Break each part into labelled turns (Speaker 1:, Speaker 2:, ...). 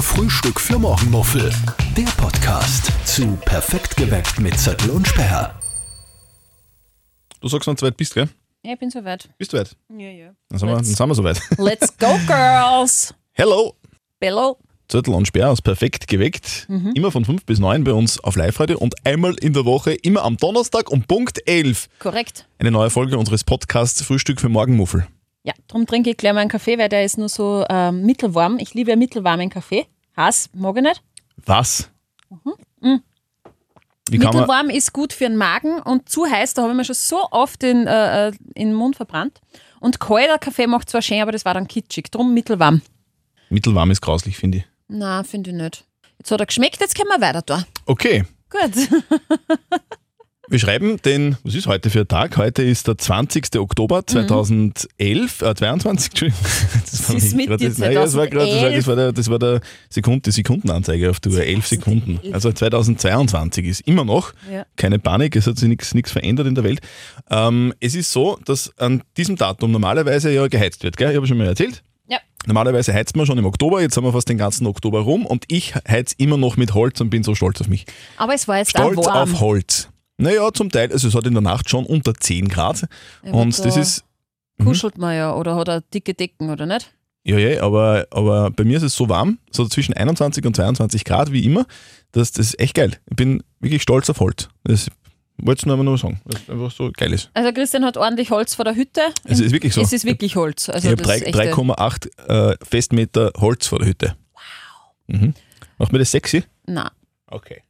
Speaker 1: Frühstück für Morgenmuffel. Der Podcast zu Perfekt geweckt mit Zettel und Sperr.
Speaker 2: Du sagst, wann du weit bist, gell?
Speaker 3: Ja, ich bin soweit.
Speaker 2: Bist du weit?
Speaker 3: Ja, ja.
Speaker 2: Dann sind wir, dann sind wir soweit.
Speaker 3: Let's go, Girls!
Speaker 2: Hello!
Speaker 3: Bello.
Speaker 2: Zettel und Sperr aus Perfekt geweckt. Immer von 5 bis 9 bei uns auf Live-Radio und einmal in der Woche, immer am Donnerstag um Punkt 11.
Speaker 3: Korrekt.
Speaker 2: Eine neue Folge unseres Podcasts Frühstück für Morgenmuffel.
Speaker 3: Ja, darum trinke ich gleich meinen Kaffee, weil der ist nur so ähm, mittelwarm. Ich liebe ja mittelwarmen Kaffee. Hass, mag ich nicht.
Speaker 2: Was? Wie kann man,
Speaker 3: Mittelwarm ist gut für den Magen und zu heiß, da habe ich mir schon so oft in, äh, äh, in den Mund verbrannt. Und kalter Kaffee macht zwar schön, aber das war dann kitschig. Drum mittelwarm.
Speaker 2: mittelwarm ist grauslich, finde ich.
Speaker 3: Na, finde ich nicht. Jetzt hat er geschmeckt, jetzt können wir weiter da.
Speaker 2: Okay,
Speaker 3: Gut.
Speaker 2: wir schreiben den, was ist heute für ein Tag? Heute ist der 20.
Speaker 3: Mhm.
Speaker 2: Oktober 2011, äh, 22, Entschuldigung. Das war
Speaker 3: ist
Speaker 2: nicht
Speaker 3: mit
Speaker 2: grad
Speaker 3: dir,
Speaker 2: das, nein, das war grad, das, war,
Speaker 3: 2011.
Speaker 2: das war der, das war der Sekund, die Sekundenanzeige auf der Uhr, 11 Sekunden. Also 2022 ist immer noch.
Speaker 3: Ja.
Speaker 2: Keine Panik, es hat sich nichts- nichts verändert in der Welt. Ähm, es ist so, dass an diesem Datum normalerweise ja geheizt wird, gell? Ich habe schon mal erzählt.
Speaker 3: Ja.
Speaker 2: Normalerweise heizt man schon im Oktober, jetzt haben wir fast den ganzen Oktober rum und ich heiz immer noch mit Holz und bin so stolz auf mich.
Speaker 3: Aber es war jetzt
Speaker 2: Stolz
Speaker 3: auch warm.
Speaker 2: auf Holz. Naja, zum Teil, also es hat in der Nacht schon unter 10 Grad.
Speaker 3: Ja, aber
Speaker 2: und das
Speaker 3: da
Speaker 2: ist, mhm.
Speaker 3: Kuschelt man ja oder hat er dicke Decken oder nicht?
Speaker 2: ja, ja, aber, aber bei mir ist es so warm, so zwischen 21 und 22 Grad wie immer, dass das ist echt geil. Ich bin wirklich stolz auf Holz. Das wollte ich nur einmal nur sagen, weil es einfach so geil ist.
Speaker 3: Also Christian hat ordentlich Holz vor der Hütte.
Speaker 2: Es ist wirklich so.
Speaker 3: Es ist wirklich Holz. Also
Speaker 2: ich habe
Speaker 3: das ist echte-
Speaker 2: 3,8 äh, Festmeter Holz vor der Hütte. Wow. Mhm. Macht mir das sexy?
Speaker 3: Nein.
Speaker 2: Okay.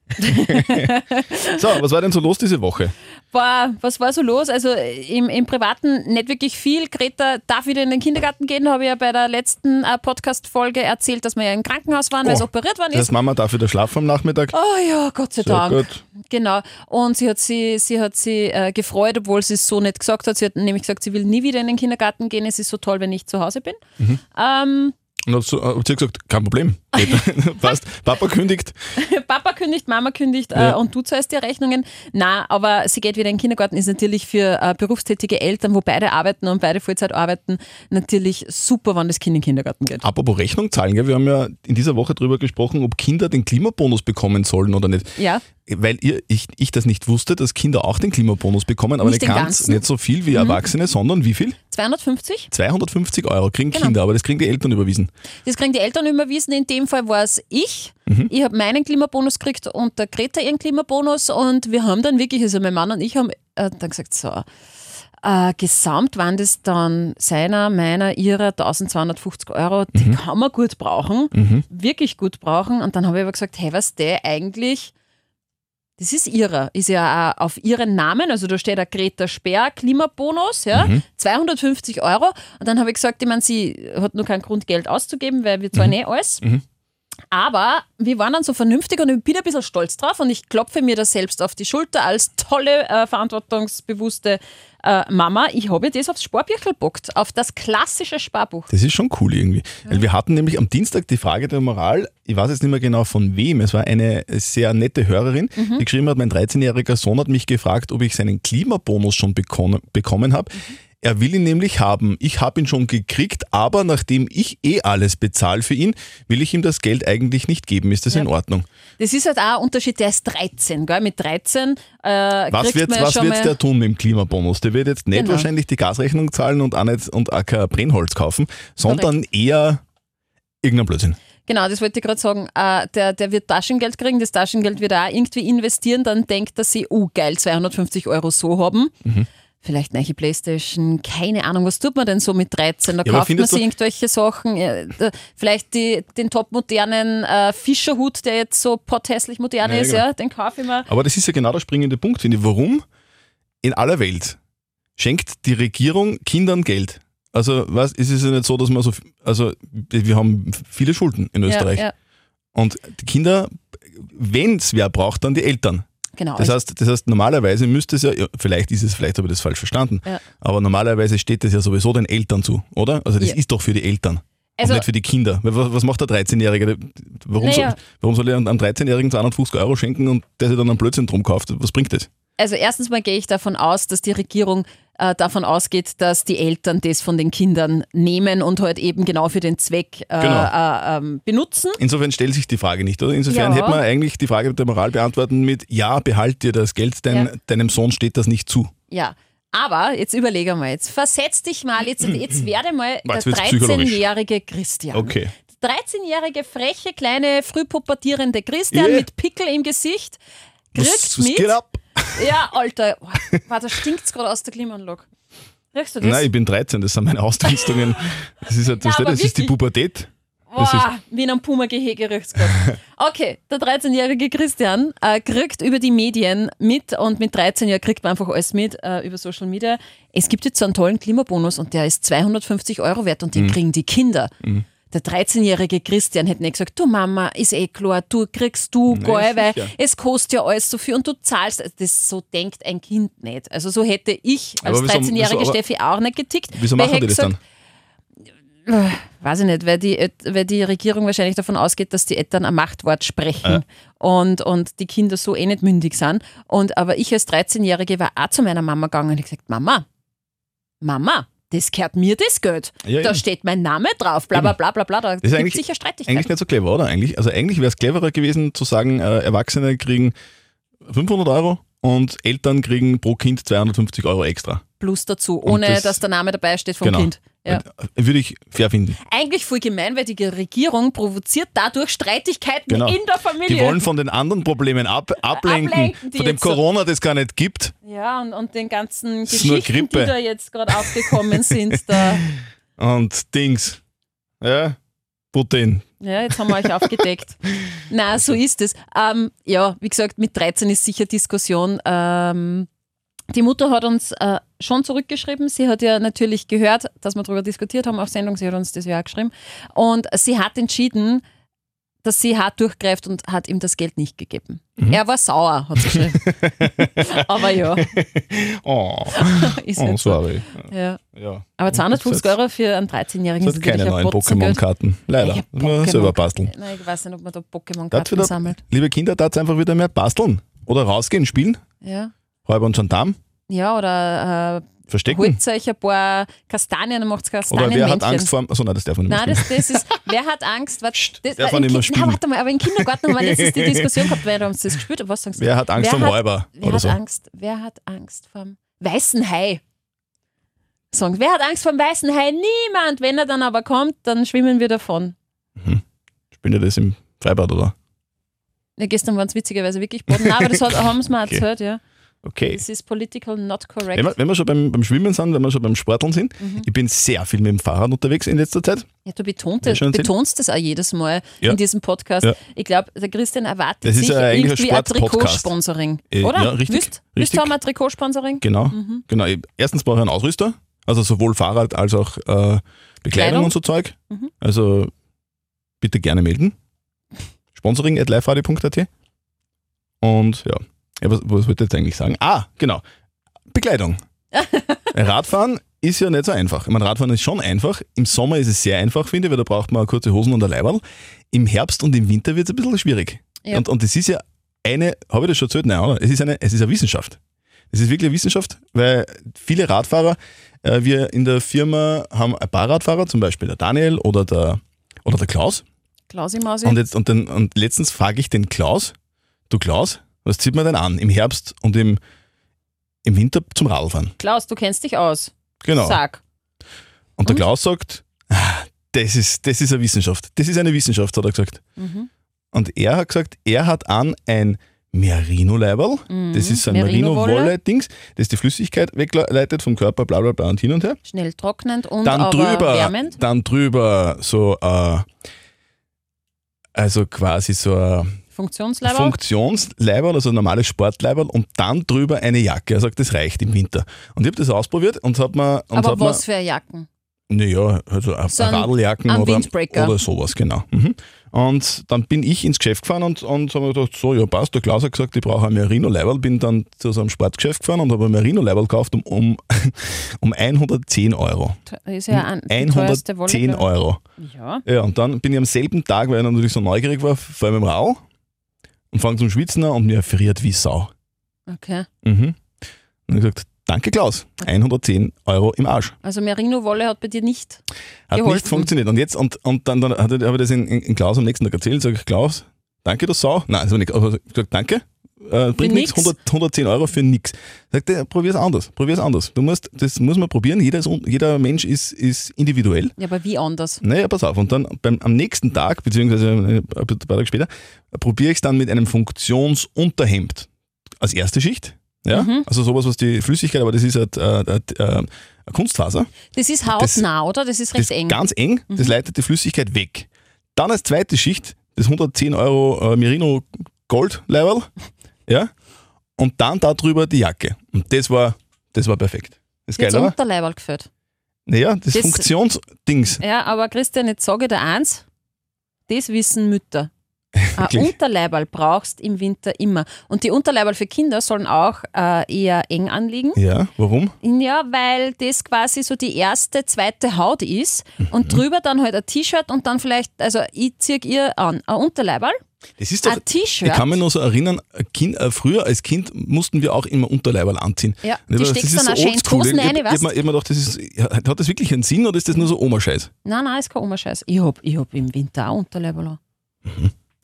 Speaker 2: so, was war denn so los diese Woche?
Speaker 3: War, was war so los? Also im, im Privaten nicht wirklich viel. Greta darf wieder in den Kindergarten gehen, habe ich ja bei der letzten äh, Podcast-Folge erzählt, dass wir ja im Krankenhaus waren, weil es
Speaker 2: Oh,
Speaker 3: operiert worden
Speaker 2: Das heißt,
Speaker 3: ist.
Speaker 2: Mama darf wieder schlafen am Nachmittag.
Speaker 3: Oh ja, Gott sei
Speaker 2: Sehr
Speaker 3: Dank.
Speaker 2: gut.
Speaker 3: Genau. Und sie hat sie, sie, hat sie äh, gefreut, obwohl sie es so nicht gesagt hat. Sie hat nämlich gesagt, sie will nie wieder in den Kindergarten gehen. Es ist so toll, wenn ich zu Hause bin.
Speaker 2: Mhm.
Speaker 3: Ähm,
Speaker 2: Und hat so- äh, hat sie gesagt, kein Problem. Geht. Passt. Papa kündigt.
Speaker 3: Papa kündigt, Mama kündigt
Speaker 2: Ja.
Speaker 3: äh, und du zahlst die Rechnungen. Na, aber sie geht wieder in den Kindergarten, ist natürlich für äh, berufstätige Eltern, wo beide arbeiten und beide Vollzeit arbeiten, natürlich super, wann das Kind in den Kindergarten geht.
Speaker 2: Apropos Rechnung zahlen, gell? wir haben ja in dieser Woche drüber gesprochen, ob Kinder den Klimabonus bekommen sollen oder nicht.
Speaker 3: Ja.
Speaker 2: Weil ihr, ich, ich das nicht wusste, dass Kinder auch den Klimabonus bekommen, aber
Speaker 3: Nicht
Speaker 2: nicht,
Speaker 3: den
Speaker 2: ganz,
Speaker 3: ganzen. Mhm.
Speaker 2: nicht so viel wie Erwachsene, sondern wie viel?
Speaker 3: 250?
Speaker 2: 250 Euro kriegen
Speaker 3: Genau.
Speaker 2: Kinder, aber das kriegen die Eltern überwiesen.
Speaker 3: Das kriegen die Eltern überwiesen. In dem Fall war es ich. Ich habe meinen Klimabonus gekriegt und der Greta ihren Klimabonus. Und wir haben dann wirklich, also mein Mann und ich haben äh, dann gesagt, so, äh, gesamt waren das dann seiner, meiner, ihrer 1250 Euro. Die kann man gut brauchen, wirklich gut brauchen. Und dann habe ich aber gesagt, hey, was der eigentlich... Das ist ihrer, ist ja auch auf ihren Namen, also da steht der Greta Speer Klimabonus, ja,
Speaker 2: Mhm.
Speaker 3: 250 Euro. Und dann habe ich gesagt, ich meine, sie hat nur keinen Grund, Geld auszugeben, weil wir zahlen
Speaker 2: Mhm.
Speaker 3: eh alles. Aber wir waren dann so vernünftig und ich bin ein bisschen stolz drauf und ich klopfe mir das selbst auf die Schulter als tolle, äh, verantwortungsbewusste äh, Mama. Ich habe das aufs Sparbüchel bockt, auf das klassische Sparbuch.
Speaker 2: Das ist schon cool irgendwie. Weil wir hatten nämlich am Dienstag die Frage der Moral, ich weiß jetzt nicht mehr genau von wem, es war eine sehr nette Hörerin,
Speaker 3: Mhm.
Speaker 2: die geschrieben hat, mein 13-jähriger Sohn hat mich gefragt, ob ich seinen Klimabonus schon bekommen, bekommen habe.
Speaker 3: Mhm.
Speaker 2: Er will ihn nämlich haben. Ich habe ihn schon gekriegt, aber nachdem ich eh alles bezahle für ihn, will ich ihm das Geld eigentlich nicht geben. Ist das in Ordnung?
Speaker 3: Das ist halt auch ein Unterschied, der ist 13, gell? Mit 13 äh,
Speaker 2: Was
Speaker 3: kriegt
Speaker 2: wird
Speaker 3: man ja
Speaker 2: was
Speaker 3: schon
Speaker 2: wird's
Speaker 3: mal
Speaker 2: der tun mit dem Klimabonus? Der wird jetzt nicht
Speaker 3: Genau.
Speaker 2: wahrscheinlich die Gasrechnung zahlen und auch, nicht, und auch kein Brennholz kaufen, sondern eher irgendein Blödsinn.
Speaker 3: Genau, das wollte ich gerade sagen. Äh, der, der wird Taschengeld kriegen, das Taschengeld wird er auch irgendwie investieren, dann denkt er sich, oh geil, 250 Euro so haben.
Speaker 2: Mhm.
Speaker 3: Vielleicht neue Playstation, keine Ahnung, was tut man denn so mit 13?
Speaker 2: Ja,
Speaker 3: Da
Speaker 2: aber
Speaker 3: kauft man
Speaker 2: findest
Speaker 3: sich
Speaker 2: du-
Speaker 3: irgendwelche Sachen. äh, da- Vielleicht die, den topmodernen äh, Fischerhut, der jetzt so potthässlich modern
Speaker 2: Ja,
Speaker 3: ist,
Speaker 2: genau.
Speaker 3: ja, den kaufe ich mir.
Speaker 2: Aber das ist ja genau der springende Punkt, finde ich. Warum in aller Welt schenkt die Regierung Kindern Geld? Also, was, es ist ja nicht so, dass man so, also, wir haben viele Schulden in Österreich.
Speaker 3: Ja, ja.
Speaker 2: Und die Kinder, wenn es wer braucht, dann die Eltern.
Speaker 3: Genau.
Speaker 2: Das heißt, das heißt, normalerweise müsste es ja, ja, vielleicht ist es, vielleicht habe ich das falsch verstanden,
Speaker 3: Ja.
Speaker 2: aber normalerweise steht das ja sowieso den Eltern zu, oder? Also, das
Speaker 3: Ja.
Speaker 2: ist doch für die Eltern.
Speaker 3: also,
Speaker 2: und nicht für die Kinder. Weil Was was macht der 13-Jährige? Der- Warum,
Speaker 3: Naja.
Speaker 2: soll, warum soll er einem 13-Jährigen 250 Euro schenken und der sich dann einen Blödsinn drum kauft? Was bringt das?
Speaker 3: also erstens mal gehe ich davon aus, dass die Regierung äh, davon ausgeht, dass die Eltern das von den Kindern nehmen und halt eben genau für den Zweck äh,
Speaker 2: Genau.
Speaker 3: äh, ähm, benutzen.
Speaker 2: Insofern stellt sich die Frage nicht, oder? Insofern
Speaker 3: Ja.
Speaker 2: hätte man eigentlich die Frage mit der Moral beantworten mit Ja, behalt dir das Geld, denn
Speaker 3: Ja.
Speaker 2: deinem Sohn steht das nicht zu.
Speaker 3: Ja. Aber jetzt überlege mal, jetzt versetz dich mal, jetzt, jetzt werde mal der
Speaker 2: Jetzt wird's psychologisch.
Speaker 3: 13-jährige Christian.
Speaker 2: Okay.
Speaker 3: 13-jährige, freche, kleine, frühpubertierende Christian
Speaker 2: Yeah.
Speaker 3: mit Pickel im Gesicht kriegt
Speaker 2: Was, was
Speaker 3: mit.
Speaker 2: geht ab?
Speaker 3: Ja, Alter, boah, boah, da stinkt's gerade aus der Klimaanlage. Riechst du das?
Speaker 2: Nein, ich bin 13, das sind meine Ausdünstungen. Das ist, halt,
Speaker 3: Ja,
Speaker 2: das,
Speaker 3: aber
Speaker 2: das ist die
Speaker 3: wirklich.
Speaker 2: Pubertät. das
Speaker 3: Boah, wie in einem Puma-Gehege riecht's gerade. Okay, der 13-jährige Christian äh, kriegt über die Medien mit und mit 13 Jahren kriegt man einfach alles mit äh, über Social Media. Es gibt jetzt so einen tollen Klimabonus und der ist 250 Euro wert und den
Speaker 2: Mhm.
Speaker 3: kriegen die Kinder. Der 13-jährige Christian hätte nicht gesagt, du Mama, ist eh klar, du kriegst du, nee, weil
Speaker 2: sicher.
Speaker 3: es kostet ja alles so viel und du zahlst. Also das so denkt ein Kind nicht. Also so hätte ich als
Speaker 2: Aber wieso- wieso-
Speaker 3: 13-jährige
Speaker 2: aber-
Speaker 3: Steffi auch nicht getickt.
Speaker 2: Wieso
Speaker 3: weil
Speaker 2: machen
Speaker 3: ich
Speaker 2: die das
Speaker 3: gesagt,
Speaker 2: dann?
Speaker 3: weiß ich nicht, weil die, Et- weil die Regierung wahrscheinlich davon ausgeht, dass die Eltern ein Machtwort sprechen und, und die Kinder so eh nicht mündig sind. Und, aber ich als 13-Jährige war auch zu meiner Mama gegangen und hab gesagt, Mama, Mama, das gehört mir das Geld.
Speaker 2: Ja,
Speaker 3: da
Speaker 2: eben.
Speaker 3: steht mein Name drauf, bla bla bla bla bla. Da
Speaker 2: Das ist
Speaker 3: gibt
Speaker 2: eigentlich-
Speaker 3: sicher
Speaker 2: Eigentlich
Speaker 3: Streitigkeiten.
Speaker 2: nicht so clever, oder? Eigentlich, also eigentlich wäre es cleverer gewesen zu sagen, äh, Erwachsene kriegen 500 Euro und Eltern kriegen pro Kind 250 Euro extra.
Speaker 3: Plus dazu, ohne
Speaker 2: das-
Speaker 3: dass der Name dabei steht vom
Speaker 2: Genau.
Speaker 3: Kind. Ja.
Speaker 2: Äh, Würde ich fair finden.
Speaker 3: Eigentlich voll gemein, weil die Regierung provoziert dadurch Streitigkeiten
Speaker 2: Genau.
Speaker 3: in der Familie.
Speaker 2: Die wollen von den anderen Problemen ab, ablenken,
Speaker 3: Ablenken die
Speaker 2: von dem
Speaker 3: jetzt so.
Speaker 2: Corona, das gar nicht gibt.
Speaker 3: Ja, und, und den ganzen
Speaker 2: Ist nur
Speaker 3: Geschichten, die
Speaker 2: Grippe.
Speaker 3: da jetzt gerade aufgekommen sind, da.
Speaker 2: Und Dings. Ja, Putin.
Speaker 3: Ja, jetzt haben wir euch aufgedeckt. Na, so ist es. Ähm, ja, wie gesagt, mit 13 ist sicher Diskussion. Ähm, die Mutter hat uns äh, schon zurückgeschrieben. Sie hat ja natürlich gehört, dass wir darüber diskutiert haben auf Sendung. Sie hat uns das ja auch geschrieben. Und sie hat entschieden, dass sie hart durchgreift und hat ihm das Geld nicht gegeben.
Speaker 2: Mhm.
Speaker 3: Er war sauer, hat sie geschrieben. Aber ja,
Speaker 2: Oh,
Speaker 3: ist
Speaker 2: oh
Speaker 3: jetzt so.
Speaker 2: sorry.
Speaker 3: Ja.
Speaker 2: Ja.
Speaker 3: Aber 250
Speaker 2: Das hat-
Speaker 3: Euro für einen 13-Jährigen
Speaker 2: Das
Speaker 3: ist
Speaker 2: hat
Speaker 3: natürlich
Speaker 2: keine
Speaker 3: ein
Speaker 2: neuen
Speaker 3: Botzengeld.
Speaker 2: Pokémon-Karten. Leider.
Speaker 3: Welche
Speaker 2: Nur selber basteln.
Speaker 3: Nein, ich weiß nicht, ob man da
Speaker 2: Dazu
Speaker 3: Pokémon-Karten
Speaker 2: wieder-
Speaker 3: sammelt.
Speaker 2: Liebe Kinder, da einfach wieder mehr basteln. Oder rausgehen, spielen.
Speaker 3: Ja,
Speaker 2: Räuber und Gendarm.
Speaker 3: ja oder äh,
Speaker 2: Verstecken.
Speaker 3: holt euch ein paar Kastanien und macht
Speaker 2: Oder wer
Speaker 3: Kastanienmännchen.
Speaker 2: hat Angst vor. Achso, nein, das darf man nicht mehr
Speaker 3: Nein,
Speaker 2: spielen.
Speaker 3: das, das ist, wer hat Angst? Was, das,
Speaker 2: darf
Speaker 3: weil
Speaker 2: man nicht mehr
Speaker 3: im Kind- Nein,
Speaker 2: spielen.
Speaker 3: warte mal, aber im Kindergarten haben wir letztens die Diskussion gehabt, weil wir haben uns das gespielt. Was sagst du?
Speaker 2: Wer hat Angst
Speaker 3: Wer
Speaker 2: vor dem
Speaker 3: hat-
Speaker 2: Räuber?
Speaker 3: Wer
Speaker 2: Oder
Speaker 3: hat
Speaker 2: so.
Speaker 3: Angst? Wer hat Angst vom weißen Hai? Sagen, wer hat Angst vom weißen Hai? Niemand. Wenn er dann aber kommt, dann schwimmen wir davon.
Speaker 2: Spielen ja das im Freibad, oder?
Speaker 3: Ja, gestern waren es witzigerweise wirklich Boden. Nein, aber das hat- haben sie mir
Speaker 2: Okay.
Speaker 3: erzählt, ja.
Speaker 2: Okay.
Speaker 3: Das ist political not
Speaker 2: Wenn wir,
Speaker 3: correct.
Speaker 2: wenn wir schon beim, beim Schwimmen sind, wenn wir schon beim Sporteln sind, ich bin sehr viel mit dem Fahrrad unterwegs in letzter Zeit.
Speaker 3: Ja, du betont,
Speaker 2: Ja, schon erzählt.
Speaker 3: betonst das auch jedes Mal
Speaker 2: Ja.
Speaker 3: in diesem Podcast.
Speaker 2: Ja.
Speaker 3: Ich glaube, der Christian erwartet
Speaker 2: Das ist
Speaker 3: sich
Speaker 2: ja eigentlich ein
Speaker 3: irgendwie ein
Speaker 2: Sport-Podcast.
Speaker 3: Trikotsponsoring.
Speaker 2: Äh,
Speaker 3: Oder?
Speaker 2: ja, richtig,
Speaker 3: Wisst, wisst
Speaker 2: richtig.
Speaker 3: haben wir ein Trikotsponsoring?
Speaker 2: Genau. genau. Erstens brauche ich einen Ausrüster, also sowohl Fahrrad als auch äh, Bekleidung
Speaker 3: Kleidung.
Speaker 2: und so Zeug.
Speaker 3: Mhm.
Speaker 2: Also bitte gerne melden. Sponsoring at liveradio.at. Und ja, ja was, was wollte ich jetzt eigentlich sagen? Ah, genau. Bekleidung. Radfahren ist ja nicht so einfach. Ich meine, Radfahren ist schon einfach. Im Sommer ist es sehr einfach, finde ich, weil da braucht man kurze Hosen und ein Leiberl. Im Herbst und im Winter wird es ein bisschen schwierig.
Speaker 3: Ja.
Speaker 2: Und, und das ist ja eine, habe ich das schon erzählt? Nein, oder? Es ist eine, es ist eine Wissenschaft. Es ist wirklich eine Wissenschaft, weil viele Radfahrer, äh, wir in der Firma haben ein paar Radfahrer, zum Beispiel der Daniel oder der, oder der Klaus.
Speaker 3: Klausi Mausi.
Speaker 2: Und, jetzt, und, dann, und letztens frage ich den Klaus, du Klaus, was zieht man denn an im Herbst und im, im Winter zum Radfahren?
Speaker 3: Klaus, du kennst dich aus.
Speaker 2: Genau.
Speaker 3: Sag. Mhm.
Speaker 2: Und der Klaus sagt, "Ah, das ist, das ist eine Wissenschaft. Das ist eine Wissenschaft, hat er gesagt.
Speaker 3: Mhm.
Speaker 2: Und er hat gesagt, er hat an ein Merino-Leiberl.
Speaker 3: Mhm.
Speaker 2: Das ist so ein
Speaker 3: Merino-Wolle.
Speaker 2: Merino-Wolle-Dings, das die Flüssigkeit wegleitet vom Körper, bla bla bla und hin und her.
Speaker 3: Schnell trocknend und
Speaker 2: Dann
Speaker 3: aber
Speaker 2: drüber,
Speaker 3: wärmend.
Speaker 2: dann drüber so, äh, also quasi so ein
Speaker 3: Funktionsleiber.
Speaker 2: Funktionsleiberl, also ein normales Sportleiberl und dann drüber eine Jacke. Er sagt, das reicht im Winter. Und ich habe das ausprobiert und hab mir. Und
Speaker 3: aber
Speaker 2: hab
Speaker 3: was für Jacken?
Speaker 2: naja, also ein so
Speaker 3: So ein-
Speaker 2: Radljacken
Speaker 3: ein
Speaker 2: oder,
Speaker 3: Windbreaker.
Speaker 2: oder sowas, genau. Mhm. Und dann bin ich ins Geschäft gefahren und, und habe mir gedacht, so, ja passt, der Klaus hat gesagt, ich brauche ein Merino-Leiberl, bin dann zu so einem Sportgeschäft gefahren und habe ein Merino-Leiberl gekauft um, um, um 110 Euro.
Speaker 3: Ist ja ein, die teuerste Wolle,
Speaker 2: 110
Speaker 3: glaub
Speaker 2: Euro.
Speaker 3: ich. Ja.
Speaker 2: Ja, und dann bin ich am selben Tag, weil ich natürlich so neugierig war, vor allem im Rau und fange zum Schwitzen an und mir friert wie Sau.
Speaker 3: Okay.
Speaker 2: Mhm. Und ich gesagt, Danke, Klaus. 110 Euro im Arsch.
Speaker 3: Also Merino-Wolle hat bei dir nicht.
Speaker 2: Hat
Speaker 3: Geholfen.
Speaker 2: nicht funktioniert. Und jetzt, und, und dann, dann hat er- habe ich das in, in, in Klaus am nächsten Tag erzählt, sage ich, Klaus, danke, du Sau. Nein, also nichts. Aber ich hab gesagt, danke. Äh, bringt
Speaker 3: nix.
Speaker 2: nichts, 100 110 Euro für nichts. Sagt er, probier's anders, probier's anders. Du musst, das muss man probieren, jeder, ist, un- jeder Mensch ist, ist individuell.
Speaker 3: Ja, aber wie anders?
Speaker 2: Naja, pass auf. Und dann beim, am nächsten Tag, beziehungsweise äh, ein paar Tage später, probiere ich es dann mit einem Funktionsunterhemd. Als erste Schicht. Ja? Also sowas, was die Flüssigkeit, aber das ist halt, äh, äh, äh, Kunstfaser.
Speaker 3: Das ist hautnah, oder? Das ist
Speaker 2: Das ist
Speaker 3: recht eng.
Speaker 2: ganz eng, das leitet die Flüssigkeit weg. Dann als zweite Schicht das 110 Euro äh, Merino Gold Level. Ja? Und dann darüber die Jacke. Und das war, das war perfekt. Das ist geil,
Speaker 3: Jetzt
Speaker 2: oder?
Speaker 3: Unterleiberl gefällt.
Speaker 2: Naja, das,
Speaker 3: Das-
Speaker 2: Funktionsdings.
Speaker 3: Ja, aber Christian, jetzt sage ich dir eins, das wissen Mütter. Ein
Speaker 2: Wirklich?
Speaker 3: Unterleiberl brauchst im Winter immer. Und die Unterleiberl für Kinder sollen auch äh, eher eng anliegen.
Speaker 2: Ja, warum?
Speaker 3: Ja, weil das quasi so die erste, zweite Haut ist
Speaker 2: Mhm.
Speaker 3: und drüber dann halt ein T-Shirt und dann vielleicht, also ich zieh ihr an, ein Unterleiberl,
Speaker 2: Das ist doch,
Speaker 3: ein T-Shirt.
Speaker 2: Ich kann mich noch so erinnern, ein kind, äh, früher als Kind mussten wir auch immer Unterleiberl anziehen.
Speaker 3: Ja,
Speaker 2: Und ich
Speaker 3: die
Speaker 2: hab gedacht,
Speaker 3: steckst
Speaker 2: das
Speaker 3: dann
Speaker 2: ist so
Speaker 3: auch schön in die
Speaker 2: oldschool.
Speaker 3: Hosen
Speaker 2: Ich hab-
Speaker 3: rein,
Speaker 2: ich hab
Speaker 3: weißt?
Speaker 2: mir- ich hab mir gedacht, das ist, hat das wirklich einen Sinn oder ist das nur so Oma-Scheiß?
Speaker 3: Nein, nein, ist kein Oma-Scheiß. Ich hab, ich hab im Winter auch Unterleiberl an.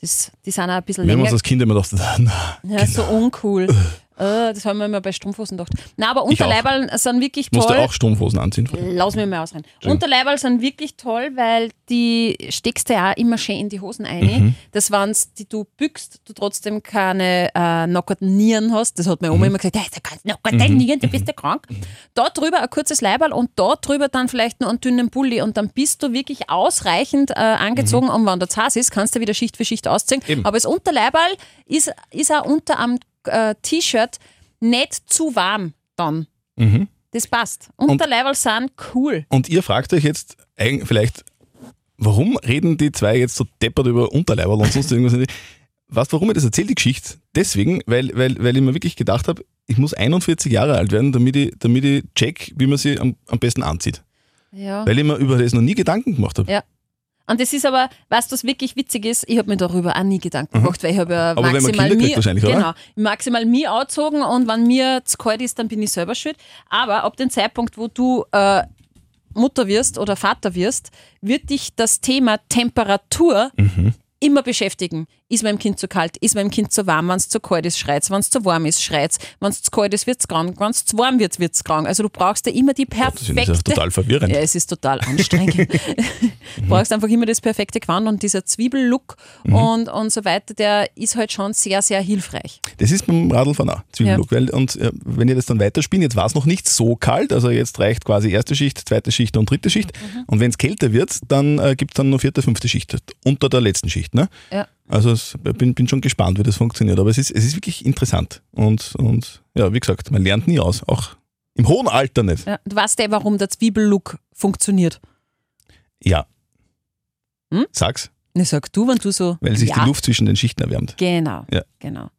Speaker 3: Das, die sind auch ein bisschen
Speaker 2: Wir Mhm. haben
Speaker 3: länger.
Speaker 2: uns als Kinder immer gedacht, na,
Speaker 3: Ja, so uncool. Äh, das haben wir immer bei Strumpfhosen gedacht. Nein, aber
Speaker 2: Ich auch.
Speaker 3: Unterleiberl sind wirklich
Speaker 2: musst du
Speaker 3: toll.
Speaker 2: auch Strumpfhosen anziehen. früher.
Speaker 3: Lass mich mal ausreden. Unterleiberl sind wirklich toll, weil die steckst du ja auch immer schön in die Hosen ein. eh? Das waren's, die du bückst, du trotzdem keine äh, nackerten Nieren hast. Das hat meine Oma immer gesagt, hey, du kannst nackerte Nieren, du bist ja krank. Da drüber ein kurzes Leiberl und da drüber dann vielleicht noch einen dünnen Pulli und dann bist du wirklich ausreichend äh, angezogen und wenn du zu Hause ist, kannst du wieder Schicht für Schicht ausziehen.
Speaker 2: Eben.
Speaker 3: Aber das Unterleiberl ist, ist auch unter am äh, T-Shirt nicht zu warm dann.
Speaker 2: Mhm.
Speaker 3: Das passt. Unterleiberl sind cool.
Speaker 2: Und ihr fragt euch jetzt eig- vielleicht, warum reden die zwei jetzt so deppert über Unterleiberl und sonst irgendwas? Was, warum ich das erzähle, die Geschichte? Deswegen, weil, weil, weil ich mir wirklich gedacht habe, ich muss 41 Jahre alt werden, damit ich, damit ich check, wie man sie am, am besten anzieht.
Speaker 3: Mhm. Ja.
Speaker 2: Weil ich mir über das noch nie Gedanken gemacht habe.
Speaker 3: Ja. Und das ist aber, weißt du, was wirklich witzig ist? Ich habe mir darüber auch nie Gedanken gemacht, weil ich habe ja
Speaker 2: Mhm. Aber wenn man
Speaker 3: maximal
Speaker 2: Kinder kriegt
Speaker 3: mir,
Speaker 2: wahrscheinlich, oder?
Speaker 3: genau, maximal mir angezogen und wenn mir zu kalt ist, dann bin ich selber schuld. Aber ab dem Zeitpunkt, wo du äh, Mutter wirst oder Vater wirst, wird dich das Thema Temperatur
Speaker 2: Mhm.
Speaker 3: immer beschäftigen. Ist meinem Kind zu kalt? Ist meinem Kind zu warm? Wenn es zu kalt ist, schreit Wenn es zu warm ist, schreit Wenn es zu kalt ist, wird es krank. Wenn es zu warm wird, wird es krank. Also du brauchst ja immer die
Speaker 2: Das ist ja
Speaker 3: perfekte
Speaker 2: total verwirrend.
Speaker 3: ja, es ist total anstrengend. du brauchst einfach immer das perfekte Gewand und dieser Zwiebellook
Speaker 2: Mhm.
Speaker 3: und, und so weiter, der ist halt schon sehr, sehr hilfreich.
Speaker 2: Das ist beim Radlfahren auch, Zwiebellook. Weil, und äh, wenn ihr das dann weiterspielt, jetzt war es noch nicht so kalt, also jetzt reicht quasi erste Schicht, zweite Schicht und dritte Schicht.
Speaker 3: Mhm.
Speaker 2: Und wenn es kälter wird, dann äh, gibt es dann noch vierte, fünfte Schicht, unter der letzten Schicht. Ne?
Speaker 3: Ja.
Speaker 2: Also es, bin, bin schon gespannt, wie das funktioniert. Aber es ist, es ist wirklich interessant. Und, und ja, wie gesagt, man lernt nie aus, auch im hohen Alter nicht.
Speaker 3: Ja, du weißt ja, warum der Zwiebellook funktioniert.
Speaker 2: Ja.
Speaker 3: Hm?
Speaker 2: Sag's,
Speaker 3: Ne, sag du, wenn du so.
Speaker 2: weil sich
Speaker 3: ja,
Speaker 2: die Luft zwischen den Schichten erwärmt.
Speaker 3: Genau.
Speaker 2: Ja.
Speaker 3: genau.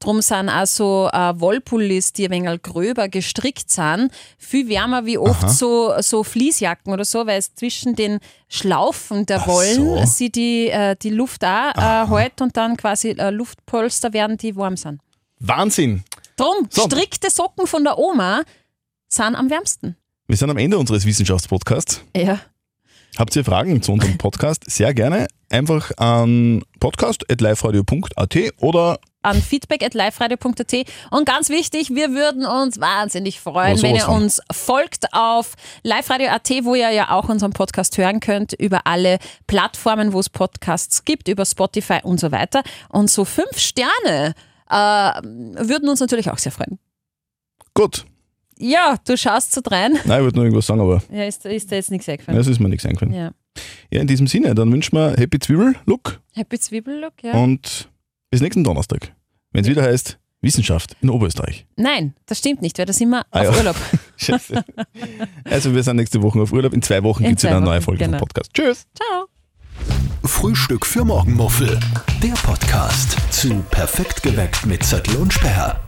Speaker 3: Drum sind auch so äh, Wollpullis, die ein wenig gröber gestrickt sind, viel wärmer wie oft
Speaker 2: Aha.
Speaker 3: so, so Fließjacken oder so, weil es zwischen den Schlaufen der
Speaker 2: Ach
Speaker 3: Wollen
Speaker 2: so.
Speaker 3: sie die, äh, die Luft auch äh, hält und dann quasi äh, Luftpolster werden, die warm sind.
Speaker 2: Wahnsinn!
Speaker 3: Drum,
Speaker 2: So.
Speaker 3: strickte Socken von der Oma sind am wärmsten.
Speaker 2: Wir sind am Ende unseres Wissenschaftspodcasts.
Speaker 3: Ja.
Speaker 2: Habt ihr Fragen zu unserem Podcast? Sehr gerne. Einfach an podcast.liferadio.at oder
Speaker 3: An feedback at liveradio.at. Und ganz wichtig, wir würden uns wahnsinnig
Speaker 2: Aber
Speaker 3: freuen,
Speaker 2: sowas
Speaker 3: wenn ihr
Speaker 2: von.
Speaker 3: uns folgt auf liveradio.at, wo ihr ja auch unseren Podcast hören könnt, über alle Plattformen, wo es Podcasts gibt, über Spotify und so weiter. Und so fünf Sterne äh, würden uns natürlich auch sehr freuen.
Speaker 2: gut.
Speaker 3: Ja, du schaust so drein.
Speaker 2: Nein, ich wollte nur irgendwas sagen, aber
Speaker 3: Ja, ist, ist da jetzt nichts eingefallen.
Speaker 2: es ist mir nichts eingefallen. Ja.
Speaker 3: Ja.
Speaker 2: in diesem Sinne, dann wünschen wir Happy Zwiebel-Look
Speaker 3: Happy Zwiebellook, ja.
Speaker 2: und bis nächsten Donnerstag, wenn es wieder heißt Wissenschaft in Oberösterreich.
Speaker 3: Nein, das stimmt nicht, weil das immer
Speaker 2: Ah,
Speaker 3: auf
Speaker 2: ja.
Speaker 3: Urlaub.
Speaker 2: Scheiße. also wir sind nächste Woche auf Urlaub. In zwei Wochen
Speaker 3: In
Speaker 2: gibt es
Speaker 3: zwei
Speaker 2: wieder eine neue
Speaker 3: Wochen,
Speaker 2: Folge
Speaker 3: genau.
Speaker 2: vom Podcast. Tschüss.
Speaker 3: Ciao.
Speaker 1: Frühstück für Morgenmuffel. Der Podcast zu Perfekt geweckt mit Zettel und Sperr.